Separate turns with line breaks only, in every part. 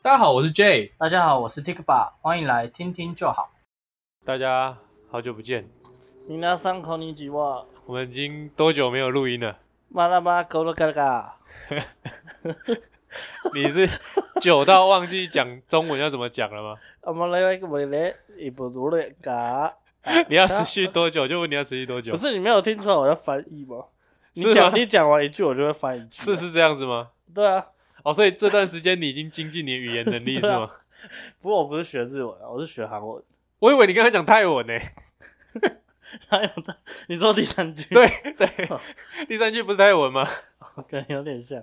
大家好，我是 J。
大家好，我是 Tikba，欢迎来听听就好。
大家好久不见，
你那伤口你几哇？
我们已经多久没有录音了？
妈啦妈，狗了嘎嘎。
你是久到忘记讲中文要怎么讲 了吗？
我们来一个未来一不如的嘎。 啊
你要持续多久？就问你要持续多久？
不是你没有听出来我要翻译吗？
是
你
吗
讲你讲完一句，我就会翻一句。
是是这样子吗？
对啊，
哦，所以这段时间你已经精进你的语言能力是
对 啊
吗？
不过我不是学日文啊，我是学韩文。
我以为你刚才讲泰文呢、
还有的，你说第三句，
对
哦
对，第三句不是泰文吗？
跟有点像。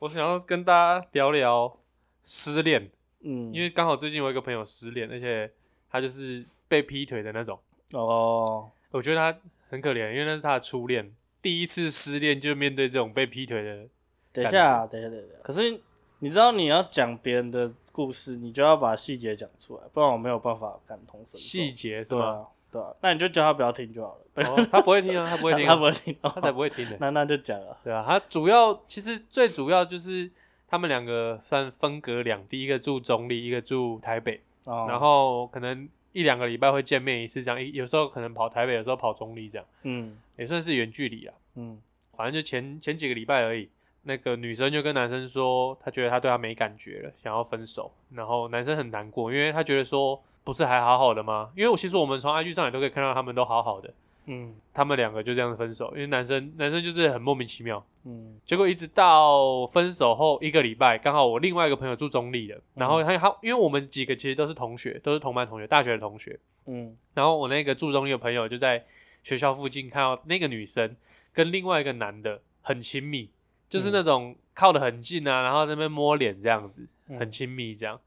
我想要跟大家聊聊失恋，
嗯，
因为刚好最近我有一个朋友失恋，而且他就是被劈腿的那种。
哦，
我觉得他很可怜，因为那是他的初恋，第一次失恋就面对这种被劈腿的
等一下啊，等一下，等一下。可是你知道你要讲别人的故事，你就要把细节讲出来，不然我没有办法感同身受。
细节是
对
吗？
啊，对啊，那你就叫他不要听就好了。
哦，他不会听啊，他不会听、
他
啊
不，会听，哦
他才不会听的、
那那就讲了。
对啊，他主要其实最主要就是他们两个分分隔两地，一个住中立，一个住台北，
哦、
然，后可能一两个礼拜会见面一次，这样一有时候可能跑台北，有时候跑中立，这样
嗯
也算是远距离啊。
嗯，
反正就前前几个礼拜而已，那个女生就跟男生说，她觉得她对他没感觉了，想要分手。然后男生很难过，因为他觉得说不是还好好的吗？因为我其实我们从 IG 上也都可以看到他们都好好的，
嗯
他们两个就这样分手，因为男生男生就是很莫名其妙。
嗯
结果一直到分手后一个礼拜，刚好我另外一个朋友住中立的，然后他他因为我们几个其实都是同学，都是同班同学，大学的同学。
嗯
然后我那个住中立的朋友就在学校附近看到那个女生跟另外一个男的很亲密，就是那种靠得很近啊，然后在那边摸脸这样子，
嗯
很亲密这样。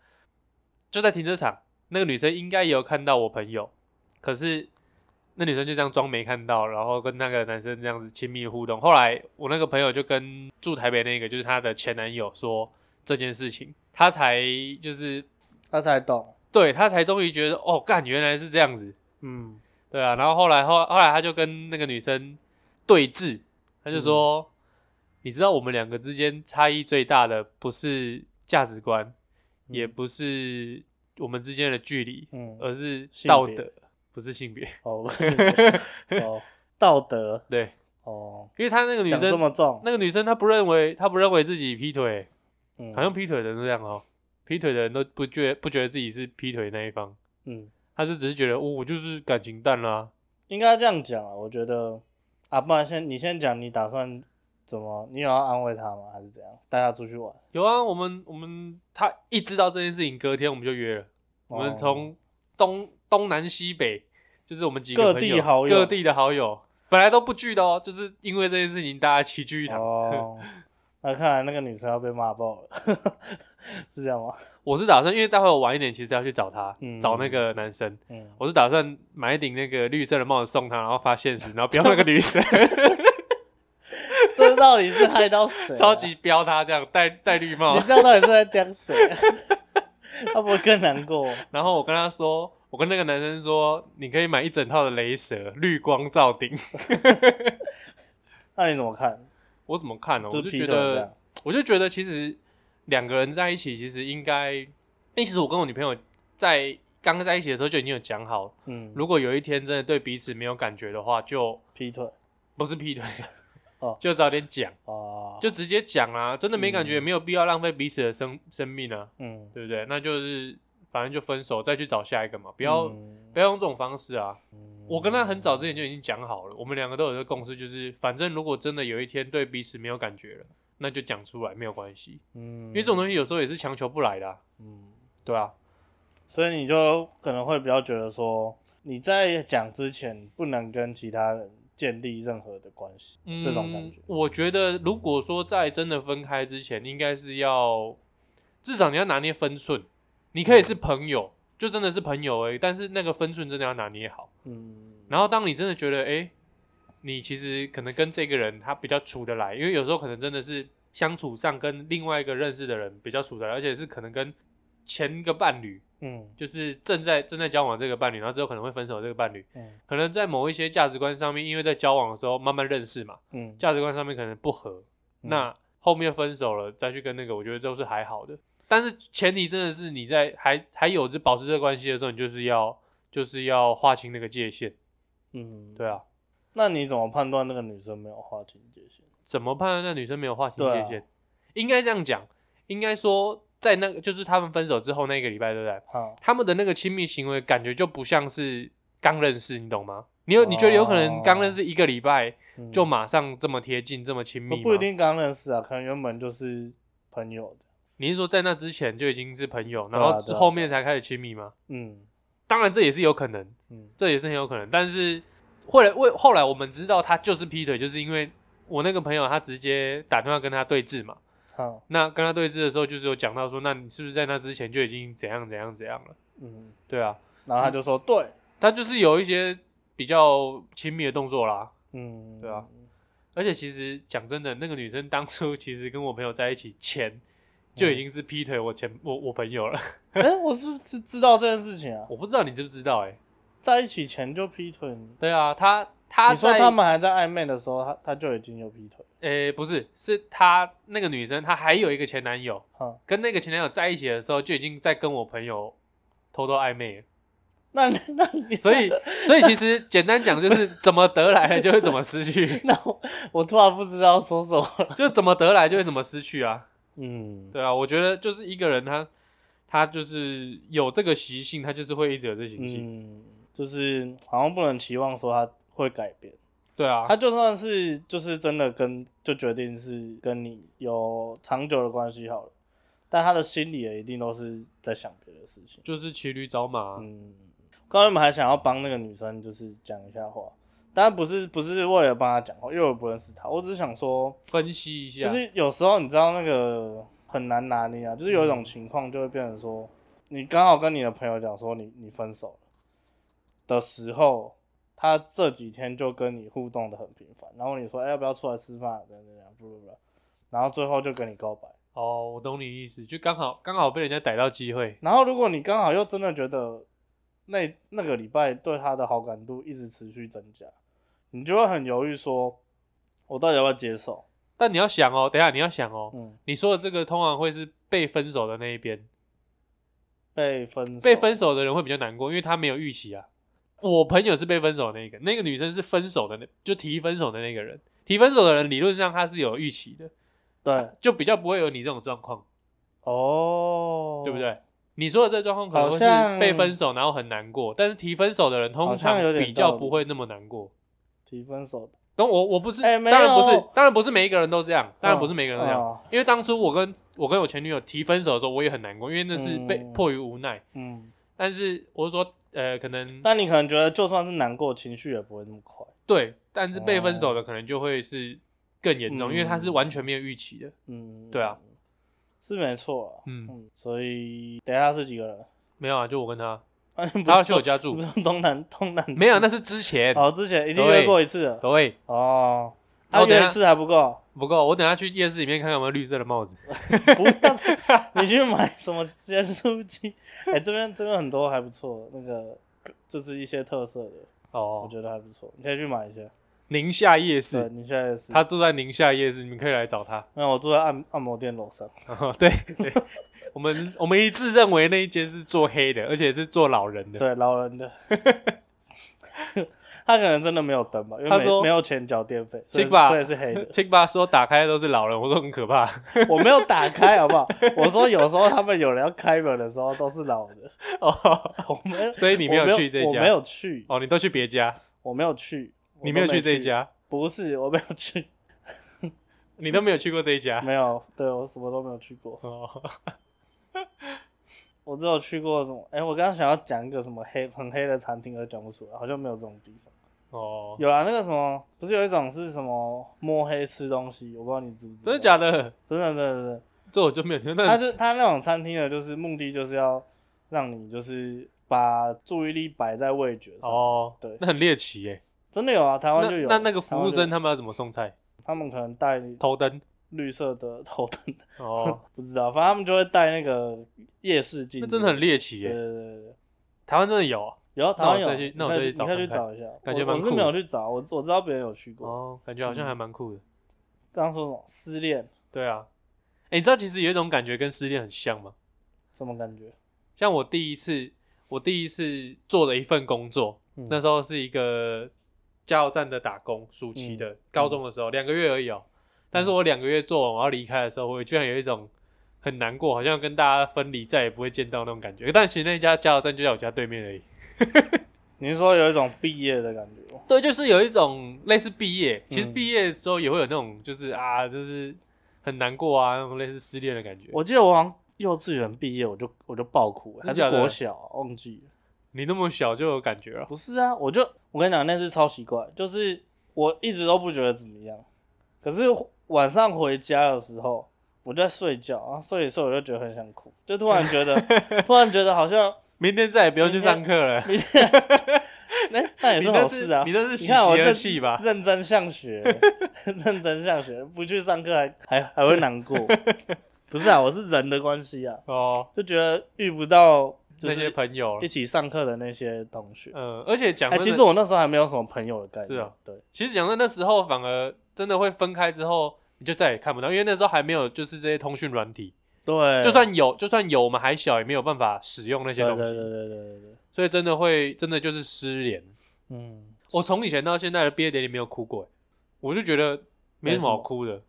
就在停车场，那个女生应该也有看到我朋友，可是那女生就这样装没看到，然后跟那个男生这样子亲密互动。后来我那个朋友就跟住台北那个就是她的前男友说这件事情，她才就是
他才懂。
对她才终于觉得哦，干原来是这样子。
嗯
对啊，然后后来后后来他就跟那个女生对峙，他就
嗯
说：“你知道我们两个之间差异最大的不是价值观，也不是我们之间的距离，
嗯，
而是
性别
道德，不是性别。
哦哦，道德”
对，
哦，
因为他那个女
讲这
生，
么重，
那个女生她不认为她不认为自己劈腿，
嗯
好像劈腿的人都这样哦，劈腿的人都不觉不觉得自己是劈腿那一方，
嗯，
她就只是觉得哦，我就是感情淡啊啦、
应该这样讲啊。我觉得啊，不然先你先讲，你打算怎么？你有要安慰他吗？还是怎样？带他出去玩？
有啊，我们我们他一知道这件事情，隔天我们就约了。我们
哦
从东东南西北，就是我们几个
各
朋
地
友
好友
各地的好友，本来都不聚的哦，就是因为这件事情大家齐聚一堂。
哦，那看来那个女生要被骂爆了， 是这样吗？
我是打算，因为待会我晚一点其实要去找他，
嗯
找那个男生。
嗯，
我是打算买一顶那个绿色的帽子送他，然后发现 实，然后标那个女生，
啊这到底是害到谁 啊、
超级哦标他这样戴戴绿帽
你。这样到底是在刁谁？啊他不会更难过？
然后我跟他说，我跟那个男生说，你可以买一整套的雷蛇绿光罩顶。
那你怎么看？
我怎么看呢、我就
劈
觉
腿
得
这样，，
我就觉得其实两个人在一起，其实应该，因为其实我跟我女朋友在刚在一起的时候就已经有讲好，
嗯，
如果有一天真的对彼此没有感觉的话，就
劈腿
不是劈腿，
哦
就早点讲，
哦，
就直接讲啊，真的没感觉，
嗯
也没有必要浪费彼此的生生命啊，
嗯，
对不对？那就是反正就分手，再去找下一个嘛，不要、
嗯
不要用这种方式啊。我跟他很早之前就已经讲好了，我们两个都有这个共识，就是反正如果真的有一天对彼此没有感觉了，那就讲出来没有关系，
嗯，
因为这种东西有时候也是强求不来的、啊，
嗯，
对啊，
所以你就可能会比较觉得说，你在讲之前不能跟其他人建立任何的关系，
嗯
这种感觉
我觉得如果说在真的分开之前，应该是要至少你要拿捏分寸，你可以是朋友，就真的是朋友而已，但是那个分寸真的要拿捏好。
嗯，
然后当你真的觉得，哎、你其实可能跟这个人他比较处得来，因为有时候可能真的是相处上跟另外一个认识的人比较处得来，而且是可能跟前一个伴侣，
嗯
就是正在正在交往这个伴侣，然后之后可能会分手的这个伴侣，
嗯
可能在某一些价值观上面，因为在交往的时候慢慢认识嘛，
嗯，
价值观上面可能不合，那后面分手了再去跟那个，我觉得都是还好的。但是前提真的是你在还还有这保持这个关系的时候，你就是要就是要划清那个界限。
嗯，
对啊，
那你怎么判断那个女生没有划清界限？
怎么判断那女生没有划清
对
界
啊
限？应该这样讲，应该说在那个就是他们分手之后那个礼拜，对不对？
哈，
他们的那个亲密行为感觉就不像是刚认识，你懂吗？你
哦
有你觉得有可能刚认识一个礼拜
嗯
就马上这么贴近、这么亲密吗？
不一。定刚认识啊，可能原本就是朋友的。
你是说在那之前就已经是朋友，
对
然
啊
后
对啊
后面才开始亲密吗？
嗯
当然这也是有可能，
嗯
这也是很有可能。但是后来为后来我们知道他就是劈腿，就是因为我那个朋友他直接打电话跟他对峙嘛。
哈
那跟他对峙的时候，就是有讲到说，那你是不是在那之前就已经怎样怎样怎样了？
嗯，
对啊，
然后他就说对，
他就是有一些比较亲密的动作啦。
嗯，
对啊，而且其实讲真的，那个女生当初其实跟我朋友在一起前就已经是劈腿我前我我朋友了。
哎，我是是知道这件事情啊，
我不知道你知不知道哎、
在一起前就劈腿。你
对啊，他他
说
在
他们还在暧昧的时候，他他就已经有劈腿，
诶、不是，是他那个女生，她还有一个前男友，
哈，
跟那个前男友在一起的时候就已经在跟我朋友偷偷暧昧了。
那那那你，
所以，所以其实简单讲就是怎么得来的就会怎么失去
那我我突然不知道说什么了。
就怎么得来就会怎么失去啊。
嗯，
对啊，我觉得就是一个人他他就是有这个习性，他就是会一直有这习性。
嗯，就是好像不能期望说他会改变。
对啊，
他就算是就是真的跟就决定是跟你有长久的关系好了，但他的心里也一定都是在想别的事情。
就是骑驴找马啊、
嗯，刚才我们还想要帮那个女生就是讲一下话，当然不是不是为了帮她讲话，因为我不认识她，我只是想说，
分析一
就
下。
是有时候你知道那个很难拿捏啊，就是有一种情况就会变成说，你刚好跟你的朋友讲说你你分手了的时候，他这几天就跟你互动的很频繁，然后你说、哎要不要出来吃饭，等等等，不不不，然后最后就跟你告白，
哦，我懂你意思，就刚好刚好被人家逮到机会。
然后如果你刚好又真的觉得那那个礼拜对他的好感度一直持续增加，你就会很犹豫说，我到底要不要接受？
但你要想哦，等一下你要想哦，
嗯，
你说的这个通常会是被分手的那一边，
被分手
被分手的人会比较难过，因为他没有预期啊。我朋友是被分手的那一个，那个女生是分手的那，就提分手的那个人。提分手的人理论上他是有预期的，
对
就比较不会有你这种状况，
哦，
对不？对？你说的这个状况可能会
好像
是被分手，然后很难过，但是提分手的人通
好像有
常
点
比较
道理
不会那么难过。
提分手的，
但我我不是，
哎没
当然不
有
是，当然不是每一个人都这样，当然不是每个人都这样。
哦
因为当初我跟我跟我前女友提分手的时候，我也很难过，因为那是被
嗯
迫于无奈。
嗯，
但是我是说，呃，可能
但你可能觉得就算是难过，情绪也不会那么快。
对，但是被分手的可能就会是更严重，
哦嗯
因为他是完全没有预期的。
嗯，
对啊，
是没错啊。
嗯
嗯，所以等一下是几个人？
没有啊，就我跟他，
啊，你不
他要
是
去我家
不
住，
是东南东南
没有，那是之前。
哦，之前已经
对
约过一次了
各位
哦，他
哦等一
约
下
一次还不 够，
不够，我等下去夜市里面看看有没有绿色的帽子。
不要你去买什么咸酥鸡？哎，这边这边很多还不错，那个就是一些特色的，我
哦，
觉得还不错，你可以去买一些。
宁夏夜
对，
市，
你现在也是
他住在宁夏夜市，你们可以来找他。
没有，我住在按按摩店楼上。
哦， 对对，我们我们一致认为那一间是做黑的，而且是做老人的。
对，老人的， 他可能真的没有灯吧，因为
他
没
说
没有钱缴电费，所以
这把
所以是黑的。
Take 吧说打开都是老人，我说很可怕。
我没有打开，好不好？我说有时候他们有人要开门的时候都是老的，
哦，
我没有，
所以你没
我
有
没有
去这
我
家
没有去，
哦，你都去别家，
我没有去，我
你
都
没
没
有去这一，家，
不是，我没有去，
你都没有去过这一家。
没有，对我什么都没有去过，
哦，
我只有去过什么？哎、我刚刚想要讲一个什么黑很黑的餐厅，可是讲不出来，好像没有这种地方。
哦，
有啊，那个什么，不是有一种是什么摸黑吃东西，我不知道你知不知道？
真的假的？
真的真的真的。
这我就没有听过。
他
那
就他那种餐厅的，就是目的就是要让你就是把注意力摆在味觉上。
哦，
对
那很猎奇耶。
真的有啊，台湾
那
就有。
那那个服务
台湾
生
就有
他们要怎么送菜？
他们可能戴
头灯。
绿色的头灯，
哦，
不知道，反正他们就会戴那个夜视镜。
那真的很猎奇
对
耶。
对对对，
台湾真的有啊
有台湾有
那我再去，那我再去找
你可以去
看看
找一下。
感觉
我
蛮
我
酷
是没有去找，我我知道别人有去过。
哦，感觉好像
嗯
还蛮酷的。
刚刚说什么失恋？
对啊，哎，你知道其实有一种感觉跟失恋很像吗？
什么感觉？
像我第一次，我第一次做的一份工作，
嗯
那时候是一个加油站的打工，暑期的，
嗯
高中的时候两个月而已哦。但是我两个月做完我要离开的时候，我居然有一种很难过，好像跟大家分离，再也不会见到那种感觉。但其实那家加油站就在我家对面而已。
你是说有一种毕业的感觉吗？
对，就是有一种类似毕业，其实
嗯
毕业之后也会有那种就是啊，就是很难过啊，那种类似失恋的感觉。
我记得我好像幼稚园毕业我就我就爆哭、
真
还
的
是
假的
国小啊忘记了。
你那么小就有感觉了，
不是啊，我就我跟你讲，那次超奇怪，就是我一直都不觉得怎么样，可是晚上回家的时候，我就在睡觉，然后睡一睡我就觉得很想哭，就突然 觉得突然觉得好像
明天再也不用去
明天
上课了。
那、那也
你
是
那
好事啊。
你那是喜
你看我
极而
这
泣吧？
认真上学， 认真上学，不去上课还还还会难 过。不是啊，我是人的关系啊，
哦，
就觉得遇不到就
那些
是
朋友
一，起上课的那些同学。
嗯，而且讲
哎、
真的，
其实我那时候还没有什么朋友的概念。
是啊，
对，
其实讲真的，那时候反而真的会分开之后，你就再也看不到，因为那时候还没有就是这些通讯软体，
对，
就算有，就算有，我们还小，也没有办法使用那些
对对
东
对
西，
对对对对，
所以真的会真的就是失联。
嗯，
我从以前到现在的毕业典礼没有哭过，欸我就觉得没什么好哭的，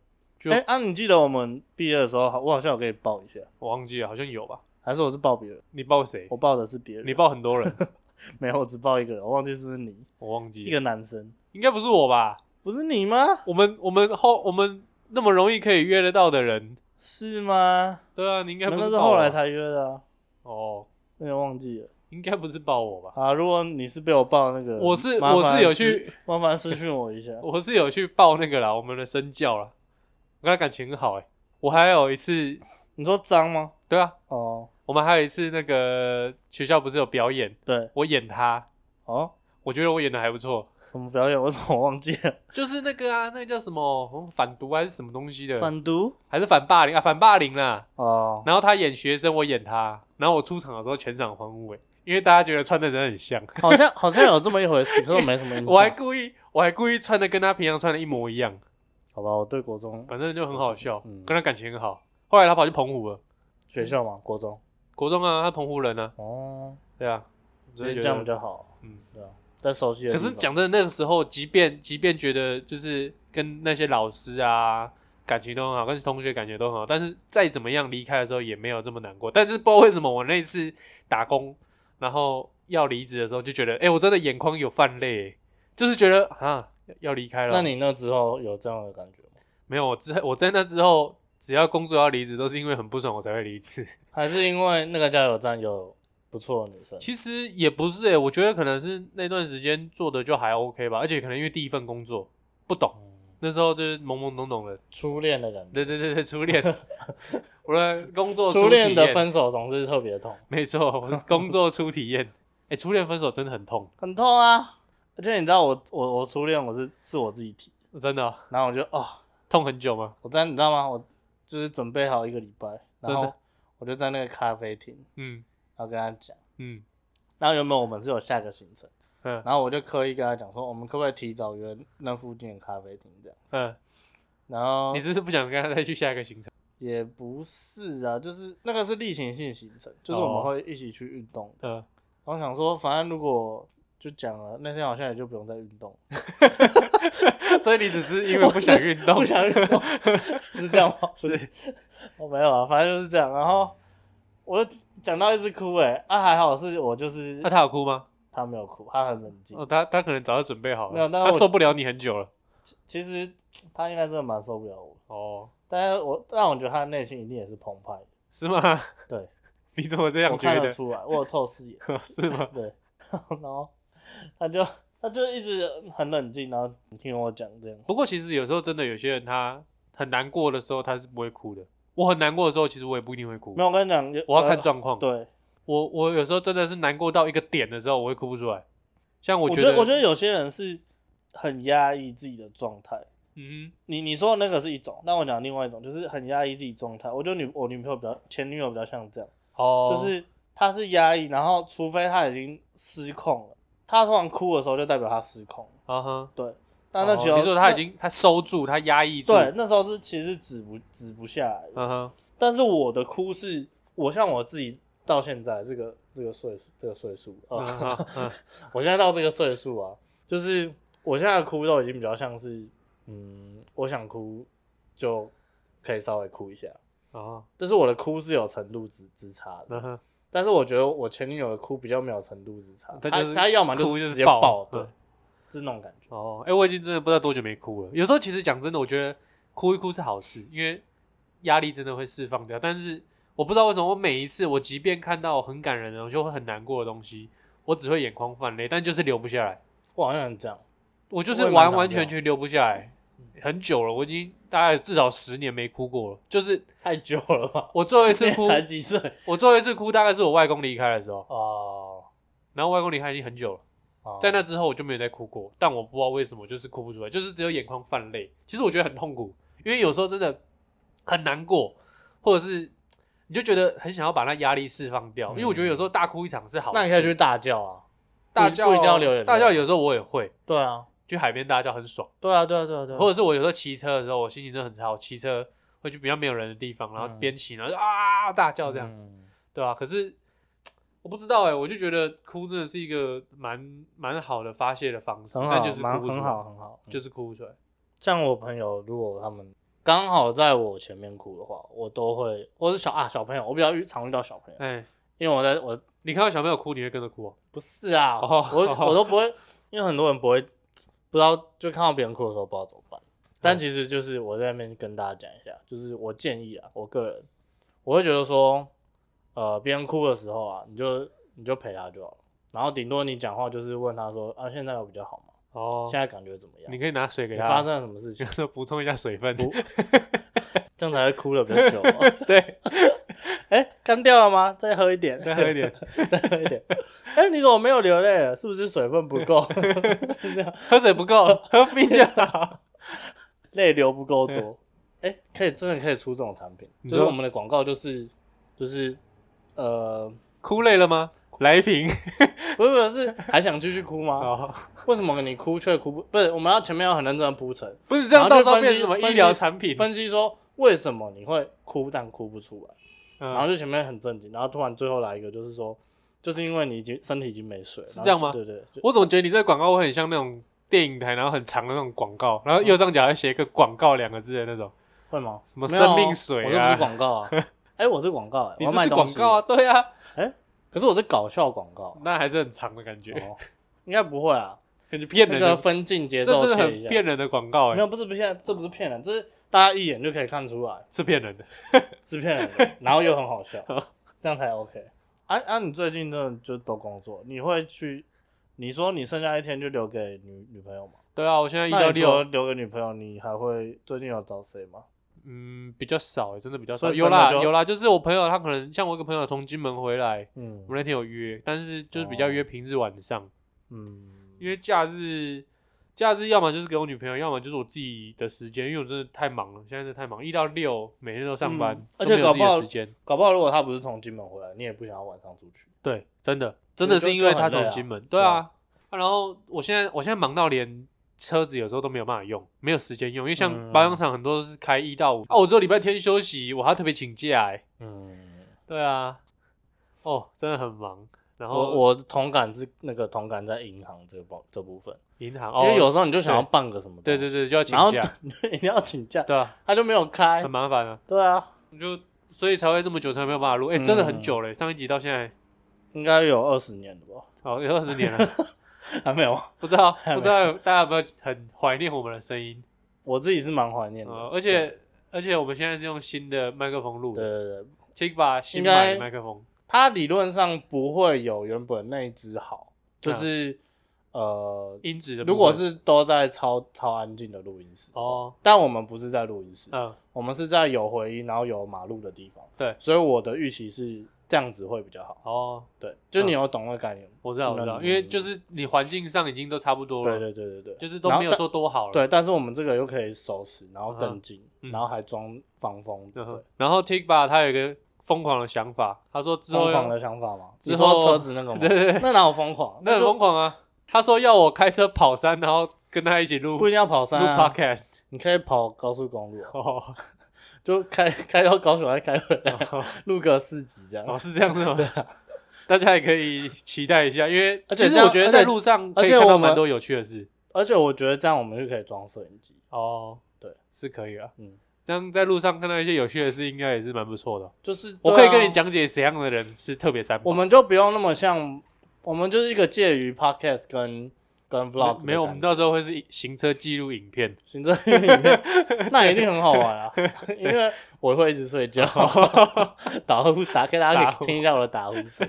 就
哎、啊，你记得我们毕业的时候，我好像有给你报一下，
我忘记了，好像有吧？
还是我是报别人？
你抱谁
我？报的是别人，
你报很多人，
没有，我只报一个人，我忘记是不是你，
我忘
一
记了，
个男生，
应该不是我吧？
不是你吗？
我们我们后我们那么容易可以约得到的人，
是吗？
对啊，你应该
那
不
那
是
是
抱我
后来
吧
才约的、啊，
哦，
那个忘记了。
应该不是抱我吧？
啊，如果你是被我报那个，
我是
呃麻
我
烦
是有
私
去，
麻烦私讯我一下。
我是有去抱那个啦，我们的身教啦，我跟他感情很好哎、我还有一次，
你说脏吗？
对啊，
哦，
我们还有一次那个学校不是有表演，
对，
我演他，
哦，
我觉得我演的还不错，
什么表演？我怎么忘记了？
就是那个啊，那个叫什么嗯反毒还是什么东西的，
反毒
还是反霸凌啊，反霸凌啦。
哦，
然后他演学生，我演他，然后我出场的时候全场欢呼哎、因为大家觉得穿的人很像。
好像好像有这么一回事，可是我没什么印 象。
我还故意，我还故意穿的跟他平常穿的一模一样，
好吧，我对国中
反正就很好笑，
嗯
跟他感情很好。后来他跑去澎湖了，
学校嘛，国中
国中啊，他澎湖人啊，
哦，
对啊，
所以
就
这
觉
样
得
比较好。
嗯，
对啊，在熟悉的
可
地
是
方。
讲真的，那个时候，即便即便觉得就是跟那些老师啊感情都很好，跟同学感情都很好，但是再怎么样离开的时候也没有这么难过。但是不知道为什么，我那次打工，然后要离职的时候，就觉得，哎、我真的眼眶有泛泪、就是觉得啊要离开了。
那你那之后有这样的感觉吗？
没有，我之我在那之后，只要工作要离职，都是因为很不爽我才会离职。
还是因为那个加油站有不错的女生？
其实也不是诶、欸我觉得可能是那段时间做的就还 OK 吧，而且可能因为第一份工作不懂，那时候就是懵懵懂懂的。
嗯初恋的感觉，
对对对对，初 恋，我的工作
初恋
体
的
验，
分手总是特别痛。
没错，我的工作初体验。 哎、初恋分手真的很痛，
很痛啊！而且你知道我我我初恋我是是我自己提，
真的哦、
然后我就哦，
痛很久吗？
我在你知道吗？我就是准备好一个礼拜，然
真
后
的
我就在那个咖啡厅，
嗯
然后跟他讲，
嗯
然后原本我们是有下个行程，
嗯
然后我就刻意跟他讲说，我们可不可以提早约那附近的咖啡厅这样？
嗯，
然后
你是不是不想跟他再去下一个 行程？
也不是啊，就是那个是例行性行程，就是我
哦
们会一起去运动的。
嗯，
然后想说，反正如果就讲了，那天好像也就不用再运动，
所以你只是因为不想运动，
不想运动是这样吗？不
是
我没有啊，反正就是这样。然后我就讲到一直哭、欸，啊，还好是我 就是、
那他有哭吗？
他没有哭，他很冷静。
哦，他他可能早就准备好了，
没有但是
他
我
受不了你很久了。
其实他应该真的蛮受不了我，
哦，
但是我但我觉得他内心一定也是澎湃的，
是吗？
对，
你怎么这样
我
觉
看得
得？哦
出来，我有透视眼，
是吗？
对。 然后他就他就一直很冷静，然后听我讲这样。
不过其实有时候真的有些人他很难过的时候他是不会哭的。我很难过的时候，其实我也不一定会哭
没。有，我跟你讲，有
我要看
呃
状况。
对，
我我有时候真的是难过到一个点的时候，我会哭不出来。像我
我
觉
觉
得，
得我觉得有些人是很压抑自己的状态，
嗯
你你说的那个是一种，那我讲另外一种，就是很压抑自己状态。我觉得女我女朋友比较前女友比较像这样，
哼，哦，
就是她是压抑，然后除非她已经失控了，她突然哭的时候就代表她失控了。
啊哈，
对，那那
哦
其实、
你说他已经他收住，他压抑
那
住，
对，那时候是其实是止不止不下来的。
嗯哼，
但是我的哭是我像我自己到现在这个这个岁数，这个岁数啊，
嗯嗯
我现在到这个岁数啊，就是我现在哭都已经比较像是，嗯，我想哭就可以稍微哭一下，
哦，
但是我的哭是有程度之之差的。
嗯哼
但是我觉得我前女友的哭比较没有程度之差，
她
她
就是
她要么就
哭就是
直接
爆
爆，对
嗯，
是那种感觉。
哦，哎、我已经真的不知道多久没哭了。有时候其实讲真的，我觉得哭一哭是好事，因为压力真的会释放掉。但是我不知道为什么，我每一次我即便看到很感人的，我就会很难过的东西，我只会眼眶泛泪，但就是流不下来。
我好像很这样，
我就
我
是
也蛮
完
常
完
这样
全全流不下来，很久了，我已经大概至少十年没哭过了。就是
太久了吧？
我最后一次哭，
才几岁？
我最后一次哭大概是我外公离开的时候，
哦，
然后外公离开已经很久了。
哦
在那之后我就没有再哭过，但我不知道为什么，就是哭不出来，就是只有眼眶泛泪。其实我觉得很痛苦，因为有时候真的很难过，或者是你就觉得很想要把那压力释放掉。因为我觉得有时候大哭一场是好事，
嗯那你可以去大叫啊。
大
不
叫，
不一定要流眼泪
大叫有时候我也会
对啊，
去海边大叫，很爽。
对啊，对啊，对啊，对啊。
或者是我有时候骑车的时候，我心情真的很差，我骑车会去比较没有人的地方，然后
嗯
边骑然后就啊大叫这样，
嗯
对吧、可是我不知道哎、我就觉得哭真的是一个蛮蛮好的发泄的方式，
很
但
好，
就是哭
蛮
不出来
很好，很好。就
就是哭不出来。
像我朋友，如果他们刚好在我前面哭的话，我都会，我是小啊小朋友，我比较遇常遇到小朋友，
哎、
因为我在我
你看到小朋友哭，你会跟着哭、哦。
不是啊，
哦
我 我都不会，因为很多人不会不知道，就看到别人哭的时候不知道怎么办。
嗯
但其实就是我在那边跟大家讲一下，就是我建议啊，我个人我会觉得说，呃，别人哭的时候啊，你就你就陪他就好了，然后顶多你讲话就是问他说啊，现在有比较好吗？
哦
现，在感觉怎么样？
你可以拿水给
你
他，
发生了什么事
就
情？
是补充一下水分。
不这样才会哭了比较久、哦。
对，
哎、干掉了吗？再喝一点，
再喝一 点，
再喝一点。哎、你怎么没有流泪了？是不是水分不 够？是这样。
喝水不够， 喝冰就好。
泪流不够多。哎、可以真的可以出这种产品，
你
就
说
是我们的广告就是就是呃，
哭累了吗？来一瓶。
不是不是，还想继续哭吗？
哦，
为什么你哭却哭不？不是，我们要前面要很认真的铺陈，
不是这样，
然
到
后就
时候变
分
成
析
什么
分
医
析
疗产品？
分析说为什么你会哭但哭不出来，然后
嗯，
就前面很正经，然后突然最后来一个就是说，就是因为你已经身体已经没水，
是
然后
这样吗
对对对，
我总觉得你这个广告会很像那种电影台，然后很长的那种广
嗯
告，然后右上角还写一个“广告”两个字的那种。
会吗？
什么
没有哦
生命水啊
我这不是广告 啊。哎、我是广告、哎，
你
我要
这
卖
是
东
广
西
告啊？，对啊，
可是我是搞笑广 告啊、
那还是很长的感觉，
哦，应该不会啊。
感觉骗
那
人
个
的。
分镜节
这
奏
真的
切
很
一下。
骗人的广告，
没
哎，
有，不是不是，这不是骗人，这是大家一眼就可以看出来
是骗人的。
是骗人的，然后又很 好笑，这样才 OK。啊啊，你最近真的就都工作，你会去？你说你剩下一天就留给女女朋友吗？
对啊，我现在一
那
到
你除
六，
了留给女朋友，你还会最近有找谁吗？
嗯，比较少，真的比较
所
少。
以
有
真的
啦
就
有啦，就是我朋友他可能像我一个朋友从金门回来，
嗯
我们那天有约，但是就是比
哦
较约平日晚上，
嗯，
因为假日假日要么就是给我女朋友，要么就是我自己的时间，因为我真的太忙了，现在真的太忙，一到六每天都上班，
嗯
都
而且
没有自
搞不
己的
好
时间。
搞不好如果他不是从金门回来，你也不想要晚上出去。
对，真的真
就
的是
就
因为
就
他
很累
从
啊
金门，对
对
啊啊然后我现在我现在忙到连车子有时候都没有办法用，没有时间用，因为像
嗯
保养厂很多都是开一到五、啊，我只有礼拜天休息，我还要特别请假、欸，
嗯，
对啊，哦，真的很忙。然后
我我同感是那个同感在银行这部这部分，
银行，
因
哦，
为有时候你就想要
对
办个什么，
对 对，对，就要请
然后
假，
一定要请假，
对啊，
他就没有开
很。麻烦啊，
对啊，
就所以才会这么久才没有办法录，哎、真的很
嗯
久了、上一集到现在
应该有二十年 了吧？
哦有二十年了，啊
还没有，
不知 道
还
不知道大家有没有很怀念我们的声音
我自己是蛮怀念的。
呃，而且而且我们现在是用新的麦克风录
对，
的，
对对对，
请把新
应
买的
该
麦克风，
它理论上不会有原本那一只好，就是、呃，
音质的啊部分，
如果是都在超超安静的录音室，
哦，
但我们不是在录音室，
嗯，
我们是在有回音，然后有马路的地方。
对
所以我的预期是这样子会比较好。
哦，
对，就你有懂那个概念吗？
我知道我知道，
嗯
因为就是你环境上已经都差不多
对
了，
对对对对，
就是都
然后
没有
但
说多好了，
对，但是我们这个又可以手持，然后更近，
嗯
然后还装防风，对
嗯，哼，然后 Take Bar 他有一个疯狂的想法，他说之后
疯狂
要
的想法吗？
之
你
后
说车子那个吗？
对对对
那哪有疯狂？
那很疯狂啊，他说要我开车跑山，然后跟他一起录
不一定要跑山、
录
啊，
podcast
你可以跑高速公路啊、
哦，
就开开到高雄，再开回来，
哦
录个四集这样。
哦，是这样子吗？大家也可以期待一下，因为
啊而且
其实
这样
我觉得
而且
在路上可以
而且我
看到
们
蛮多有趣的事
而且我觉得这样我们就可以装摄影机，
哦。
对，
是可以了。
嗯
嗯，这样在路上看到一些有趣的事，应该也是蛮不错的。
就是、
我
对
可
啊
以跟你，讲解怎样的人是特别三宝。
我们就不用那么像，我们就是一个介于 podcast 跟跟 vlog
没有，我们到
时
时候会是行车记录影片。
行政院里 面，那一定很好玩啊， 因为我会一直睡 觉，打呼打开大家
打
可
呼
以听一下我的打呼声，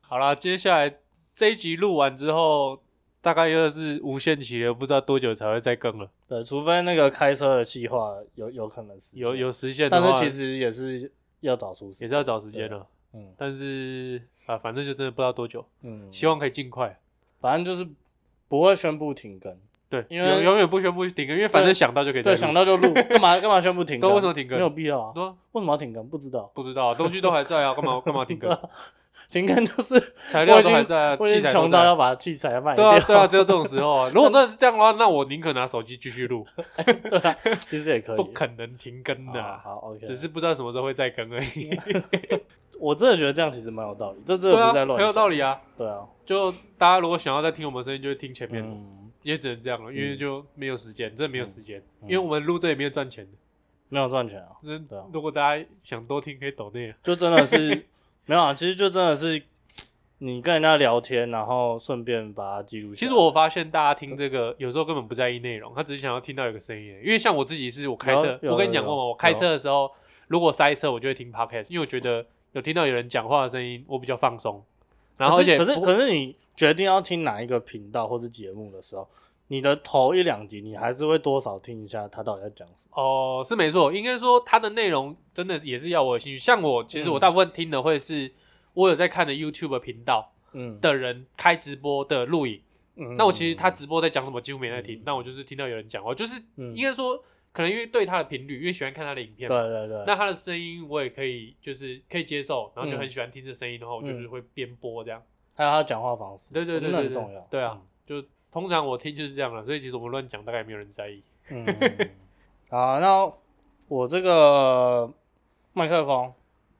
好啦，接下来这一集录完之后，大概又是无限期了，不知道多久才会再更了。
对，除非那个开车的计划有有可能是
有，有实现的
但
话，
是其实也是要找出
也
时
是
间，
要找时间了。
嗯
但是啊，反正就真的不知道多久，
嗯，
希望可以尽快。
反正就是不会宣布停更，
对，
因为
永永远不宣布停更，因为反正想到就可以再
对，
录。
想到 就录，干嘛干嘛宣布停更？
对为什么停更
没有必要啊，
对啊
为什么要停更？不 知道。
不知道东西都还在啊，干嘛干嘛停更？
停更就是
材料
我已
都
经
还在啊，
我已
器
经
材都
穷到
在
要
啊。
把器材卖
对
掉。
啊，对啊，只有这种时候啊。如果真的是这样的话，那我宁可拿手机继续录，
对啊，其实也可以，
不可能停更的
好
啊。
好，OK。
只是不知道什么时候会再更而已。
我真的觉得这样其实蛮有道理，这真 的
对
不
啊
是在，乱。
很有道
理。
理啊。
对啊，
就大家如果想要再听我们声音，就会听前面的，
嗯，
也只能这样了，因为
嗯
就没有时间，真的没有时间，
嗯啊
因为我们录这也没有赚钱的。
没有赚钱啊，
真的
对啊
如果大家想多听，可以抖啊那个。
就真的 是没有啊，其实就真的是你跟人家聊天，然后顺便把它记录下
其
来。
实我发现大家听这个有时候根本不在意内容，他只是想要听到有个声音而已。因为像我自己是我开车，
有有
我跟你讲过
有
嘛，
有
我开车的时候如果塞车，我就会听 podcast，因为我觉得有听到有人讲话的声音，我比较放松。然后而
可是
且
可是
不
可是你决定要听哪一个频道或是节目的时候，你的头一两集你还是会多少听一下他到底在讲什么。
哦，是没错，应该说它的内容真的也是要我有兴趣。像我，
嗯
其实我大部分听的会是我有在看的 YouTube 频道
嗯，
的人开直播的录影。
嗯
那我其实他直播在讲什么，几乎没在听
嗯。
那我就是听到有人讲话，就是
嗯
应该说，可能因为对他的频率，因为喜欢看他的影片嘛，
对对对，
那他的声音我也可以，就是可以接受，然后就
嗯
很喜欢听这声音的话，我就是会边播这样。
还有他讲话方式，
对对对
那
对
很重
对
要。，嗯
对啊，就通常我听就是这样了，所以其实我们乱讲，大概也没有人在意。
嗯，嗯，好，那我这个麦克风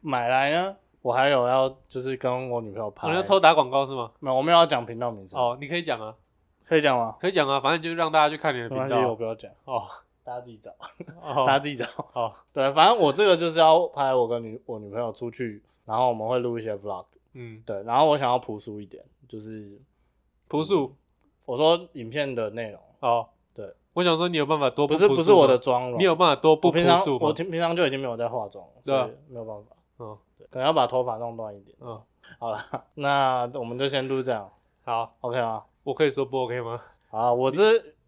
买来呢，我还有要就是跟我女朋友拍，
我要偷打广告是吗？
没有，我们要讲频道名字，
哦，你可以讲啊。
可以讲吗？
可以讲啊，反正就是让大家去看你的
没
频
关系，我
道
不要讲，
哦。
大家自己找，大家
哦，
自己找。
好，
对，反正我这个就是要拍我跟女我女朋友出去，然后我们会录一些 vlog。
嗯，
对，然后我想要朴素一点，就是
朴素
我说影片的内容，
哦，
对，
我想说你有办法多
不
朴
是
素
不是我的
吗，
妆容，
你有办法多不
我
朴
平常
素
我
吗？
平平常就已经没有在化妆了，
对啊
所以没有办法，
嗯
对，可能要把头发弄乱一点。
嗯，
好了，那我们就先录这样
好，
，OK 吗？
我可以说不 OK 吗？
好啊，我这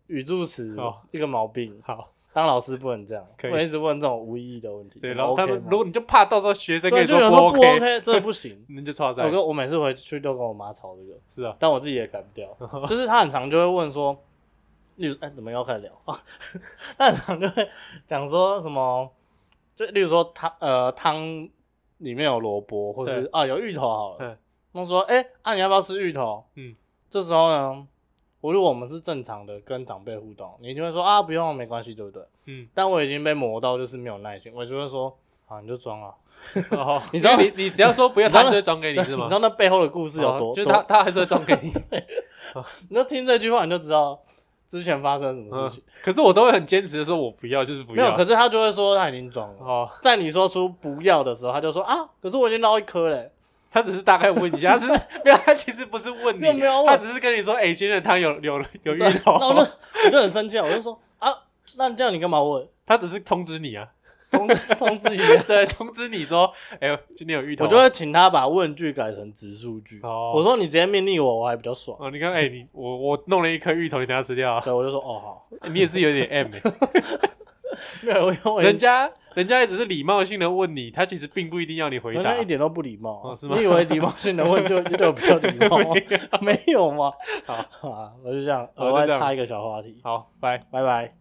语助词
好
一个毛病，
好，
当老师不能这样，
可以
不能一直问这种无意义的问题。
对，
怎
然
么
后他
OK
们
吗
如果你就怕到时候学生跟
对，
你
就
说
有人说不
OK，
OK，这
。
不行
你就错在
我跟我每次回去都跟我妈吵这个，
是 啊，
但我自己也改 不掉。就是他很常就会问说，例如哎、怎么又开始聊？ 他很常就会讲说什么，就例如说汤呃汤里面有萝卜，或是
对
啊有芋头好了，
嗯
那说哎、啊你要不要吃芋头？
嗯，
这时候呢，我如果我们是正常的跟长辈互动，你一定会说啊不用没关系，对不对？
嗯，
但我已经被磨到就是没有耐心，我就会说啊你就装啊，
哦，
你知道
因为你你只要说不要，
你知道
他就会装给你是
你
吗
知？道那背后的故事有
哦
多？
就是
多
他他还是会装给 你，
你就听这句话，你就知道之前发生什么
嗯
事情。，
可是我都会很坚持的说，我不要，就是不
没有，
要
可。是他就会说他已经装了。
哦，
在你说出不要的时候，他就说啊，可是我已经捞一颗嘞。
他只是大概问一下，他是 没有，他其实不是问
没有
你
没，有，
他
我
只是跟你说，哎，今天的汤有有有芋
对
头，
然后我就我就很生气，啊，我就说啊，那这样你干嘛问？
他只是通知你啊，
通通知一下，
对，通知你说，哎、呦，今天有芋头啊、
我就会请他把问句改成直述句。
哦
我说你直接命令我，我还比较爽。
哦，你看，哎、你我我弄了一颗芋头，你等下吃掉、啊，
对，我就说哦好，
你也是有点 M，、欸、
没哦有，因为 我已
人
经
家人家也只是礼貌性的问你，他其实并不一定要你回
人
答
家。一点都不礼貌啊、
哦是吗
你以为礼貌性的问就就有比较礼貌吗？没有吗？
好
好啊，我就这样，
好
额外
就这样
插一个小话题。
好，拜。
拜拜。